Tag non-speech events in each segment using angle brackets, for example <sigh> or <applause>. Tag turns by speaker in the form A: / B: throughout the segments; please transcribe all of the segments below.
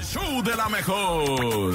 A: show de la
B: El show
A: mejor.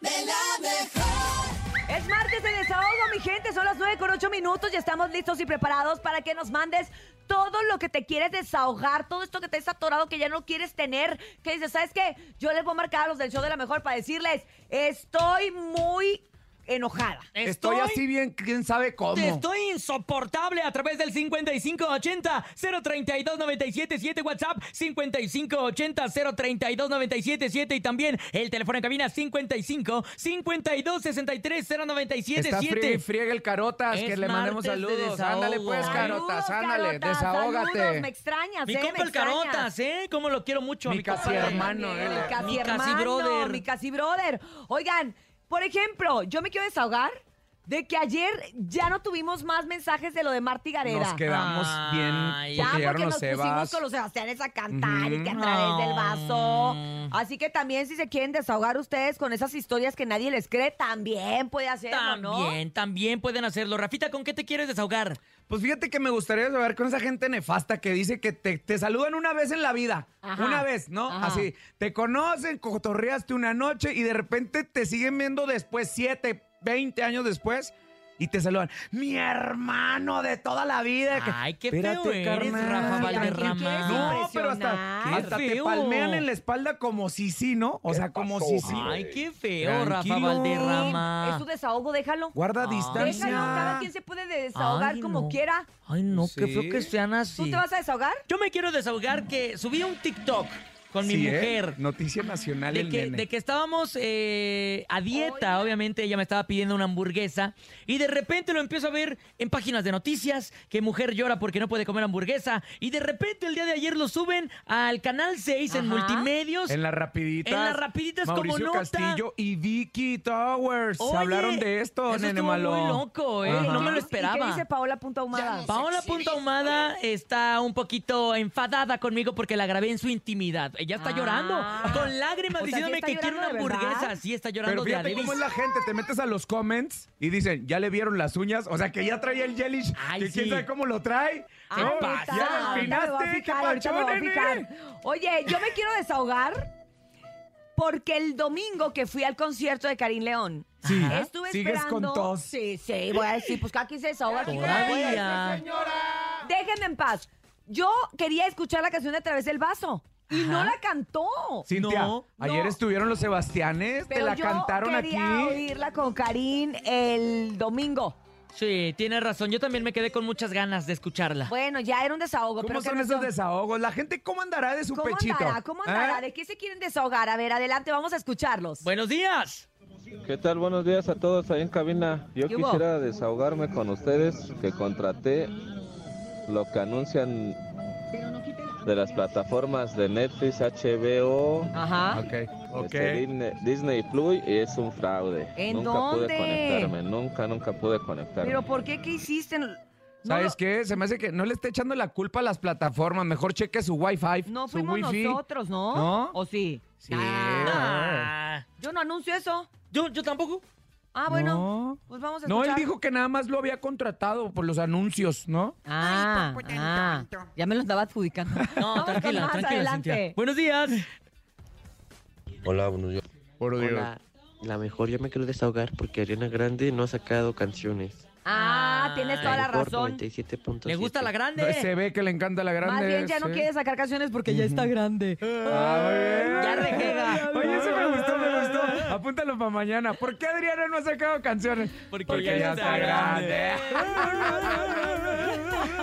B: de la mejor.
C: Es martes de desahogo, mi gente. Son las 9 con 8 minutos y estamos listos y preparados para que nos mandes todo lo que te quieres desahogar, todo esto que te has atorado, que ya no quieres tener. Que dices, ¿sabes qué? Yo les voy a marcar a los del show de la mejor para decirles, estoy muy enojada.
D: Estoy, así bien, quién sabe cómo.
E: Estoy insoportable a través del 5580-032-977 WhatsApp 5580-032-977 y también el teléfono en cabina 55 52 63 097
D: Está frío y friega el Carotas,
E: Es
D: que le mandemos
E: martes de
D: saludos.
E: desahogo.
D: Ándale pues,
E: Saludos,
D: Carotas, ándale,
C: Carotas,
D: desahógate.
C: saludos, me extrañas,
E: Mi
C: eh, me
E: compa el
C: extrañas.
E: Carotas, ¿eh? Cómo lo quiero mucho. a
D: Mi
E: compa.
D: casi hermano,
C: También,
D: él.
C: Mi casi
E: Mi casi
C: hermano,
E: brother.
C: mi casi brother. Oigan, por ejemplo, yo me quiero desahogar de que ayer ya no tuvimos más mensajes de lo de Marty Gareda.
D: Nos quedamos
E: Ay.
D: bien
C: ya,
D: porque
C: porque
D: ya no
C: nos
D: se
C: pusimos
D: vas.
C: con los Sebastianes a cantar y que a
E: Ujú.
C: través del vaso.
E: No.
C: Así que también si se quieren desahogar ustedes con esas historias que nadie les cree, también puede hacerlo, ¿no?
E: También, también pueden hacerlo. Rafita, ¿con qué te quieres desahogar?
D: Pues fíjate que me gustaría saber con esa gente nefasta que dice que te, te saludan una vez en la vida.
C: Ajá.
D: Una vez, ¿no?
C: Ajá.
D: Así. Te conocen, cotorreaste una noche y de repente te siguen viendo después, siete, 20 años después. Y te saludan, mi hermano de toda la vida. que-
E: Ay, qué
D: Espérate,
E: feo eres,
D: carnal.
E: Rafa
C: ¿Quién
E: Valderrama.
C: quieres
D: No, pero
C: impresionar?
D: hasta, hasta
E: Qué
D: te
E: feo.
D: palmean en la espalda como si sí, ¿no? O sea, como si sí.
E: Ay, qué feo, Rafa
D: Tranquilo.
C: Es
E: Valderrama.
C: tu desahogo, déjalo.
D: Guarda
E: Ay.
D: distancia.
C: Déjalo, cada quien se puede desahogar
E: Ay,
C: como
E: no.
C: quiera.
E: Ay, no, qué
D: Sí.
E: feo que sean
C: ¿Tú
E: así.
C: te vas a desahogar?
E: Yo me quiero desahogar que subí un TikTok con mi
D: Sí, ¿eh?
E: mujer.
D: Noticia nacional
E: De
D: el
E: que,
D: nene.
E: de que estábamos eh, a dieta, obviamente ella me estaba pidiendo una hamburguesa y de repente lo empiezo a ver en páginas de noticias, que mujer llora porque no puede comer hamburguesa y de repente el día de ayer lo suben al canal 6 en
C: Ajá.
E: multimedios.
D: En las rapiditas.
E: En las rapiditas como
D: Mauricio
E: nota.
D: Castillo y Vicky Towers.
E: Oye,
D: hablaron de esto,
E: eso
D: nene
E: estuvo
D: malo.
E: muy loco, ¿eh?
D: Ajá.
E: No me lo
C: ¿Y ¿Qué
E: esperaba.
C: dice Paola Punta Humada?
E: Paola Punta Humada está un poquito enfadada conmigo porque la grabé en su intimidad. Ella está
C: Ah.
E: llorando, con lágrimas,
C: O sea, ¿sí
E: diciéndome
C: está
E: que quiere una
C: llorando de verdad?
E: hamburguesa. Sí, está llorando
D: Pero
E: de
D: fíjate
E: Adebis.
D: cómo es la gente. Te metes a los comments y dicen, ya le vieron las uñas. O sea, que ya traía el jellish.
E: Ay,
D: que
E: sí.
D: quién sabe cómo lo trae.
C: Ay,
D: No,
E: pasa?
D: Ya
C: ahorita
D: le
C: me voy a
D: empinaste. ¿Qué
C: fijar, ahorita me
D: pacho,
C: voy a
D: nene?
C: fijar. Oye, yo me quiero desahogar porque el domingo que fui al concierto de Karim León,
D: Sí.
C: estuve
D: Sigues
C: esperando.
D: con tos.
C: Sí, sí, voy a decir, pues cada quien se desahoga. aquí cada quien.
E: Todavía.
C: Déjenme en paz. Yo quería escuchar la canción de A través del vaso y no
E: Ajá.
C: la cantó.
D: Cintia,
E: No,
D: ayer
C: no.
D: estuvieron los Sebastianes.
C: Pero
D: te la
C: yo
D: cantaron aquí.
C: quería oírla con Karim el domingo.
E: Sí, tienes razón. Yo también me quedé con muchas ganas de escucharla.
C: Bueno, ya era un desahogo. pero
D: ¿Cómo
C: que
D: son
C: no
D: esos
C: son-
D: desahogos? La gente, ¿cómo andará de su
C: ¿Cómo
D: pechito?
C: andará? ¿Cómo andará?
D: ¿Ah?
C: ¿De qué se quieren desahogar? A ver, adelante, vamos a escucharlos.
E: Buenos días.
F: ¿Qué tal? Buenos días a todos ahí en cabina. Yo
C: ¿Qué hubo?
F: quisiera desahogarme con ustedes que contraté lo que anuncian de las plataformas de Netflix, HBO,
E: Ah,
C: Ajá.
D: Ok, ok.
F: este, Disney, Disney Plus y es un fraude.
C: ¿En
F: nunca
C: dónde?
F: pude conectarme, nunca, nunca pude conectarme.
C: Pero ¿por qué qué hiciste? No,
D: ¿Sabes
C: lo-
D: qué? Se me hace que no le esté echando la culpa a las plataformas. Mejor cheque su Wi-Fi.
C: No
D: su
C: fuimos
D: wifi.
C: nosotros, ¿no?
D: ¿No?
C: ¿O sí?
D: Sí.
C: Ah,
E: Ah,
C: yo no anuncio eso.
E: yo, yo tampoco.
C: Ah, bueno.
D: No.
C: Pues vamos a
D: No,
C: escuchar.
D: él dijo que nada más lo había contratado por los anuncios, ¿no?
C: Ah, ah, ya me lo andaba adjudicando.
E: <laughs>
C: Vamos
E: No,
C: con
E: tranquila,
C: más,
E: tranquila,
C: adelante.
E: Cintia. Buenos días.
G: Hola, buenos días.
D: Por
H: Hola. La mejor yo me quiero desahogar porque Ariana Grande no ha sacado canciones.
C: Ah, tienes toda la
H: mejor
C: razón.
H: 97.7.
E: Me gusta la
D: Pues Se
E: grande.
D: ve que le encanta la grande.
C: Más bien ya no
D: sí.
C: quiere sacar canciones porque ya está grande.
D: Ah, muy bien.
E: Ya
D: <laughs>
E: rejega.
D: Oye, eso me gustó, me gustó. Apúntalo para mañana. ¿Por qué Adriana no ha sacado canciones?
E: Porque
D: ya,
E: ya
D: está,
E: está
D: grande.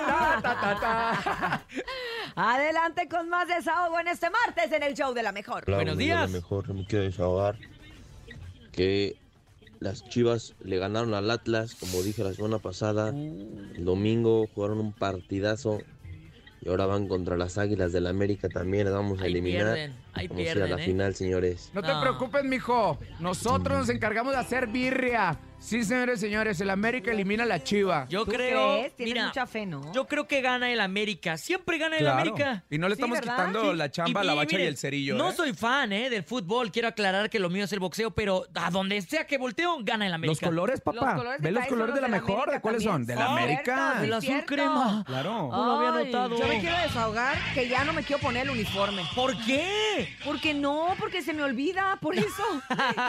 D: Ta, ta, ta, ta.
C: Adelante con más desahogo en este martes en el show de la mejor.
G: Hola,
E: Buenos
G: a
E: días.
G: lo Mejor me quiero desahogar que las Chivas le ganaron al Atlas, como dije la semana pasada. El domingo jugaron un partidazo y ahora van contra las Águilas del América también. Las vamos a
E: Ahí
G: eliminar.
E: pierden, ahí
G: Vamos a ir a
E: pierden,
G: la
E: ¿eh?
G: final, señores.
D: <laughs> No te
E: No.
D: preocupes, mijo. Nosotros nos encargamos de hacer birria. Sí, señores, señores. El América elimina a la chiva.
E: Yo
C: ¿Tú
E: creo.
C: crees? Tienes
E: mira,
C: mucha fe, ¿no?
E: yo creo que gana el América. Siempre gana el América.
D: Y no le
C: Sí,
D: estamos
C: ¿verdad?
D: quitando
C: Sí.
D: la chamba,
E: Y-
D: la
E: y
D: bacha y,
E: miren,
D: el cerillo.
E: No
D: ¿eh?
E: soy fan eh, del fútbol. Quiero aclarar que lo mío es el boxeo, pero a donde sea que volteo, gana el
D: Los
E: América.
D: colores, papá.
C: Los colores que
D: Ve los
C: traes
D: colores
C: son
D: de la
C: los del
D: mejor.
C: América
D: ¿De cuáles son? De
C: también.
D: la
C: Sí,
D: América.
C: cierto,
E: El azul
C: cierto.
E: crema.
D: Claro.
E: No lo había
C: Ay,
E: notado.
C: Yo me quiero desahogar que ya no me quiero poner el uniforme.
E: ¿Por qué?
C: Porque no, porque se me olvida, por eso.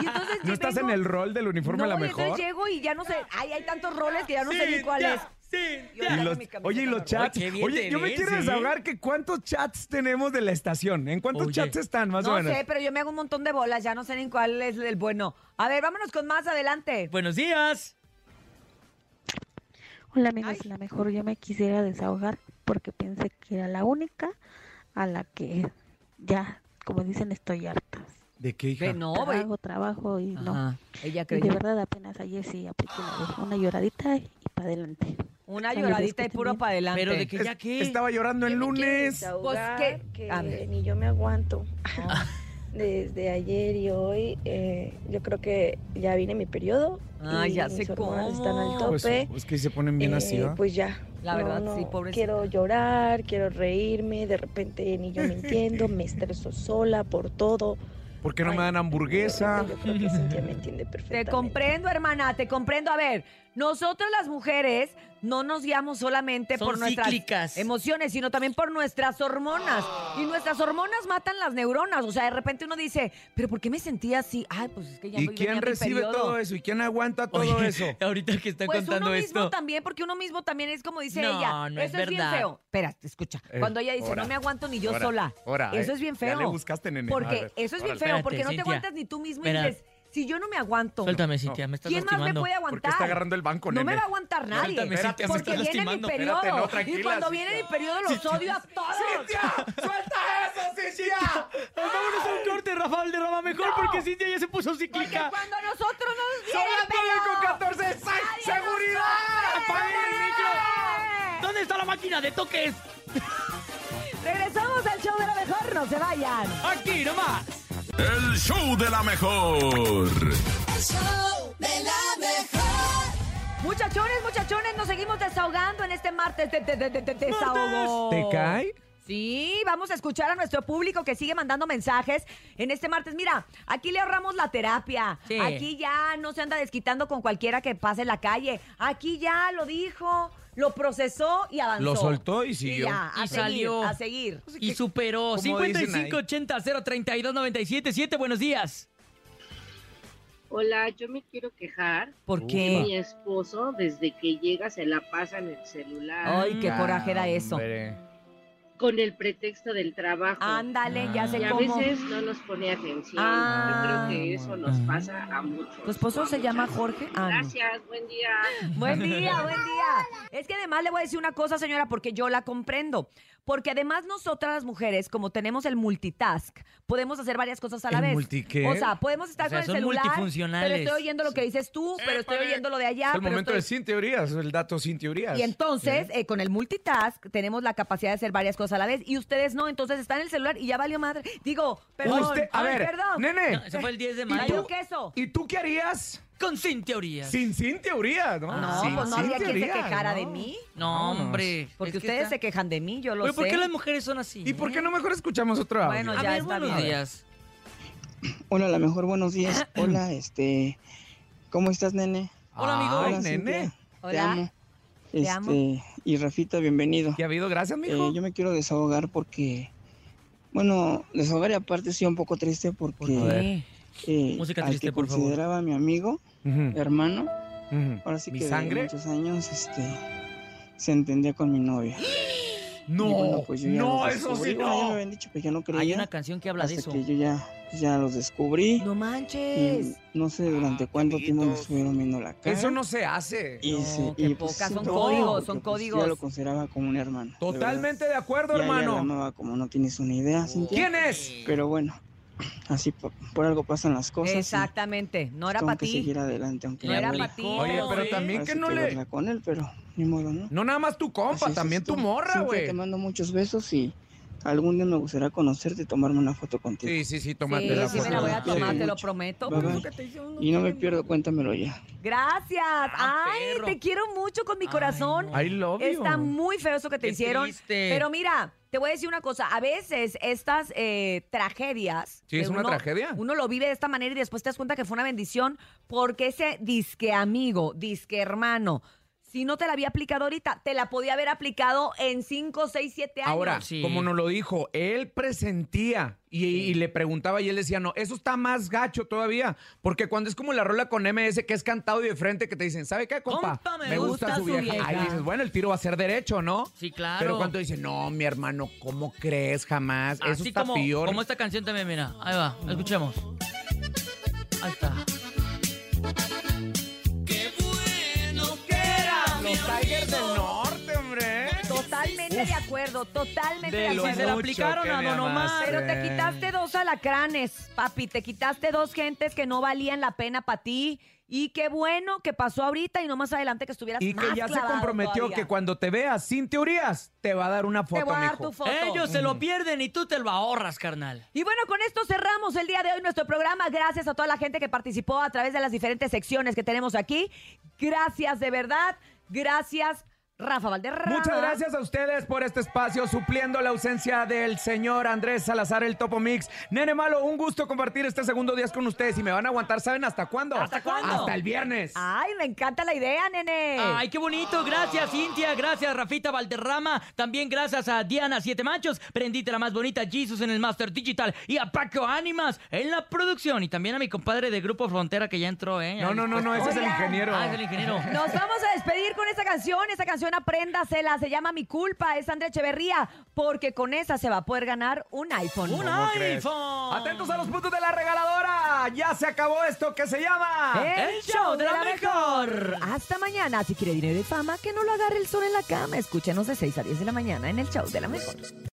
C: Y
D: <laughs>
C: entonces
D: ¿No estás en
C: vengo-
D: el rol del uniforme
C: no,
D: la
C: y
D: mejor?
C: entonces llego y ya no sé. Ay, hay tantos roles que ya no sé ni cuál es.
E: Sí.
C: Yo
D: Y
C: traigo
D: los-
C: mi camiseta
D: oye, y los
C: normal.
D: chats.
E: Oye, qué bien
D: Oye, yo me
E: tenés,
D: quiero
E: ¿eh?
D: desahogar que cuántos chats tenemos de la estación. ¿En cuántos
E: Oye.
D: chats están, más
C: No
D: o menos?
C: sé, pero yo me hago un montón de bolas, ya no sé ni cuál es el bueno. A ver, vámonos con más adelante.
E: Buenos días.
I: Hola amigos, la mejor yo me quisiera desahogar porque pensé que era la única a la que ya, como dicen, estoy harta.
D: ¿De qué, hija?
C: Ve, no, güey.
I: Trabajo, trabajo y no.
E: Ajá.
C: Ella
I: Y de
C: creyó.
I: verdad apenas ayer sí apliqué la de una lloradita y para adelante.
C: Una
I: Saludos,
C: lloradita y
I: que
C: puro
I: también.
C: para adelante.
E: Pero de que
D: Es-
E: ya qué.
D: Estaba llorando el lunes.
C: Pues, ¿qué? Ah.
J: que
C: A ver.
J: ni yo me aguanto. Desde ayer y hoy, eh, yo creo que ya viene mi periodo.
C: Ah,
J: y
C: ya
J: mis
C: sé
J: hormonas Están al
C: cómo.
J: tope.
D: Pues, es que se ponen bien
J: Eh,
D: así, ¿va?
J: Pues ya.
C: La
J: No,
C: verdad,
J: no,
C: sí, pobrecita.
J: Quiero llorar, quiero reírme, de repente ni yo me
C: <laughs>
J: entiendo, me estreso sola por todo.
D: ¿Por qué no
J: Ay,
D: me dan hamburguesa?
J: Yo creo que Cintia me entiende
C: Te
J: perfectamente.
C: comprendo, hermana, te comprendo. A ver, nosotras las mujeres no nos guiamos solamente
E: Son
C: por nuestras
E: cíclicas.
C: emociones, sino también por nuestras hormonas. Y nuestras hormonas matan las neuronas. O sea, de repente uno dice, ¿pero por qué me sentía así? Ay, pues es que ya
D: ¿Y
C: voy-
D: quién
C: venía mi
D: recibe
C: periodo".
D: todo eso? ¿Y quién aguanta
E: <laughs>
D: todo
C: <laughs>
E: Oye,
D: eso?
E: Ahorita que están
C: Pues
E: contando
C: uno mismo
E: esto.
C: también, porque uno mismo también es como dice
E: No,
C: ella.
E: no es
C: eso es, bien
E: verdad.
C: feo. Espera, escucha.
D: Eh,
C: Cuando ella dice,
D: ahora,
C: no me aguanto ni yo
D: ahora,
C: sola.
D: ahora,
C: eso
D: eh,
C: es bien
D: ya
C: feo.
D: le buscaste, nene. A
C: Porque
D: ver,
C: eso es bien
D: órale.
C: feo,
E: Espérate,
C: porque no
E: Cintia.
C: te aguantas ni tú mismo
E: Espérate.
C: y dices, si yo no me aguanto,
E: Suéltame, Cintia, me estás
C: ¿quién más me
E: lastimando.
C: puede aguantar?
D: Porque está agarrando el banco,
C: No
D: nene.
C: me va a aguantar nadie.
E: Suéltame, Espérate, Cintia, me
C: porque
E: estás
C: viene
E: lastimando.
C: mi periodo.
D: Espérate, no,
C: y
D: tranquila,
C: cuando viene mi periodo los odio a todos.
D: ¡Suelta eso,
C: <laughs>
D: Cintia!
E: Vámonos a un corte, Rafael de Rama mejor, porque Cintia ya se puso cíclica.
C: Cuando nosotros nos
D: ¡Son
C: viene el
D: las
C: periodo.
D: 9 con 14! ¡Sai!
C: nadie nos
D: ¡Seguridad!
C: sufre.
D: ¡Apaguen el micro!
E: ¿Dónde está la máquina de toques?
C: Regresamos al show de la mejor, no se vayan.
E: Aquí nomás.
A: El show de la mejor.
B: El show de la mejor.
C: Muchachones, muchachones, nos seguimos desahogando en este martes de, de- de- de- de- desahogo.
D: ¿Te cae?
C: Sí, vamos a escuchar a nuestro público que sigue mandando mensajes en este martes. Mira, aquí le ahorramos la terapia.
E: Sí.
C: Aquí ya no se anda desquitando con cualquiera que pase en la calle. Aquí ya lo dijo, lo procesó y avanzó.
D: Lo soltó y
C: Y
D: siguió.
C: ya, a
E: Y
C: seguir,
E: salió.
C: a seguir.
E: Y superó.
D: ¿Cómo dicen ahí?
E: 5580 032 97 7. Buenos días.
K: Hola, yo me quiero quejar.
C: ¿Por
D: Uy,
C: qué?
K: Mi esposo, desde que llega, se la pasa en el celular
C: Ay, qué coraje era eso.
D: Hombre.
K: con el pretexto del trabajo.
C: Ándale, ya
K: y
C: sé
K: a
C: Oh. Ah, cómo.
K: veces no nos pone atención.
C: Ah.
K: yo creo que eso
D: Ah.
K: nos pasa a muchos.
C: ¿Tu esposo se
K: a
C: llama
K: muchas.
C: Jorge? Ah, no.
K: Gracias, buen día.
D: <laughs>
C: Buen día, buen día. Es que además le voy a decir una cosa, señora, porque yo la comprendo. Porque además nosotras las mujeres, como tenemos el multitask, podemos hacer varias cosas a la
D: ¿El
C: vez.
D: multi qué?
C: O sea, podemos estar
E: O sea,
C: con el
E: son
C: celular,
E: multifuncionales.
C: pero estoy oyendo lo que dices tú, pero estoy oyendo lo de allá.
D: es el
C: pero
D: momento de
C: estoy-
D: sin teorías, el dato sin teorías.
C: y entonces, eh, con el multitask, tenemos la capacidad de hacer varias cosas a la vez. Y ustedes no, entonces están en el celular y ya valió madre. Digo, perdón,
D: Usted- a
C: ay,
D: ver,
C: perdón.
D: nene,
E: No, eso fue el 10 de
C: Ay,
E: mayo.
C: un queso.
D: ¿y tú qué harías
E: Con sin teorías.
D: sin sin teorías? No,
C: No,
D: Sin-
C: pues no
D: sin
C: había quien se
D: teorías,
C: quejara
D: no.
C: de mí.
E: No,
D: Vámonos.
E: hombre.
C: Porque ustedes se quejan de mí, yo lo
E: Oye,
C: sé.
E: ¿Por qué las mujeres son así?
D: ¿Y por qué no mejor escuchamos otro audio?
C: Bueno,
E: A
C: Ya
E: ver,
C: está
E: buenos
C: bien.
E: días.
L: Hola, la mejor, buenos días.
C: Ah.
L: Hola, este. ¿Cómo estás, nene?
E: Hola, amigo.
D: Ay,
L: Hola,
D: nene.
L: Cintia, Te
C: Hola.
L: amo.
C: Te amo.
L: Este, Y Rafita, bienvenido.
D: ¿Qué ha habido? Gracias, mijo.
L: Eh, yo me quiero desahogar porque. Bueno, desahogar y aparte sí un poco triste porque
C: Sí.
L: eh,
E: Música
L: al
E: triste,
L: que
E: por favor.
L: consideraba mi amigo,
D: Ujú,
L: hermano,
D: ujú.
L: ahora sí
D: ¿Mi
L: que de
D: sangre?
L: muchos años, este, se entendía con mi novia. Y bueno,
D: No,
L: pues yo ya
D: no,
L: los
D: eso sí,
L: descubrí. Bueno, ya me
D: no.
L: habían dicho pues, que no
E: Hay
L: creía,
E: una canción que habla de
L: hasta
E: eso.
L: que yo ya, ya los descubrí.
C: No
L: y
C: manches.
L: no sé durante
G: Ah,
L: cuánto tiempo me
G: amiguitos.
L: estuvieron viendo la cara.
D: Eso no se hace.
L: Y,
C: No,
L: se-
C: qué
L: y,
C: poca, son
L: siento
C: códigos,
L: porque,
C: son
L: pues,
C: códigos.
L: Yo lo consideraba como un hermano. de verdad.
D: Totalmente de acuerdo,
L: Ya- ya la
D: hermano.
L: amaba como no tienes una idea, Cintia.
D: ¿Quién es?
L: Pero bueno, así por, por algo pasan las cosas. y
C: Exactamente. No era
L: tengo
C: para
L: que
C: ti.
L: seguir adelante, aunque
C: No
L: me
C: era
L: duela.
C: para ti.
D: Oye, pero
E: ¿eh?
D: también
L: Ahora
D: que
L: sí
D: no
L: que
D: le...
L: verla con él, pero ni modo, ¿no?
D: No nada más tu compa,
L: Así es
D: también
L: esto.
D: tu morra,
L: Cintia,
D: güey.
L: te mando muchos besos y algún día me gustaría conocerte y tomarme una foto contigo.
D: Sí, sí, sí, tómate
C: Sí,
D: la
C: sí me
D: foto.
C: la voy a
L: Sí.
C: tomar, te lo prometo.
L: Bye, bye. Y no me pierdo, cuéntamelo ya.
C: Gracias.
E: Ah,
C: Ay,
E: perro.
C: te quiero mucho con mi
E: Ay,
C: corazón.
E: no.
D: I love you.
C: Está muy feo eso que te
E: Qué
C: hicieron.
E: triste.
C: Pero mira, te voy a decir una cosa. A veces estas eh, tragedias.
D: Sí, es
C: que
D: una
C: uno-
D: tragedia.
C: Uno lo vive de esta manera y después te das cuenta que fue una bendición porque ese disque amigo, disque hermano. Si no te la había aplicado ahorita, te la podía haber aplicado en 5, 6, 7 años.
D: Ahora, como nos lo dijo, él presentía y, y le preguntaba y él decía, no, eso está más gacho todavía. Porque cuando es como la rola con MS, que es cantado y de frente, que te dicen, ¿sabe qué, compa?
E: Compa, me gusta su vieja".
D: Ahí dices, bueno, el tiro va a ser derecho, ¿no?
E: Sí, claro.
D: Pero cuando dicen, no, mi hermano, ¿cómo crees jamás? eso
E: Así
D: está
E: como,
D: peor.
E: como esta canción también, mira. Ahí va, escuchemos. Ahí está.
D: Los Tigers del Norte, hombre.
C: Totalmente de acuerdo, totalmente de,
D: De lo
C: acuerdo.
D: mucho Se la aplicaron que a me Don Omar. amaste.
C: Pero te quitaste dos alacranes, papi. Te quitaste dos gentes que no valían la pena para ti. Y qué bueno que pasó ahorita y no más adelante que estuvieras
D: Y que
C: más
D: ya se
C: clavado
D: comprometió
C: todavía.
D: que cuando te veas sin teorías, te va a dar una foto,
C: voy a dar
D: mijo.
C: tu foto.
E: Ellos se
D: Mm.
E: lo pierden y tú te lo ahorras, carnal.
C: Y bueno, con esto cerramos el día de hoy nuestro programa. Gracias a toda la gente que participó a través de las diferentes secciones que tenemos aquí. Gracias de verdad. Gracias, Rafa Valderrama.
D: Muchas gracias a ustedes por este espacio, supliendo la ausencia del señor Andrés Salazar, el Topo Mix. Nene Malo, un gusto compartir este segundo día con ustedes y me van a aguantar, ¿saben hasta cuándo?
E: ¿Hasta cuándo? Ah.
D: Hasta el viernes.
C: Ay, me encanta la idea, nene.
E: Ay, qué bonito. Gracias, Cintia. Gracias, Rafita Valderrama. También gracias a Diana Siete Machos, Prendita la más bonita, Jesus en el Master Digital y a Paco Ánimas en la producción. Y también a mi compadre de Grupo Frontera que ya entró, ¿eh?
D: No, no, no, no, ese es el ingeniero.
E: Ah, es el
D: <laughs>
E: ingeniero.
C: Nos vamos a despedir con esta canción. Esta canción apréndasela. Se llama Mi culpa. Es Andrea Echeverría. Porque con esa se va a poder ganar un iPhone.
E: ¡Un
D: ¿Cómo crees?
E: iPhone!
D: Atentos a los puntos de la regaladora. Ya se acabó esto que se llama
E: Eh,
C: El show de la mejor. Hasta mañana. Si quiere dinero y fama, que no lo agarre el sol en la cama. Escúchenos de 6 a 10 de la mañana en el show de la mejor.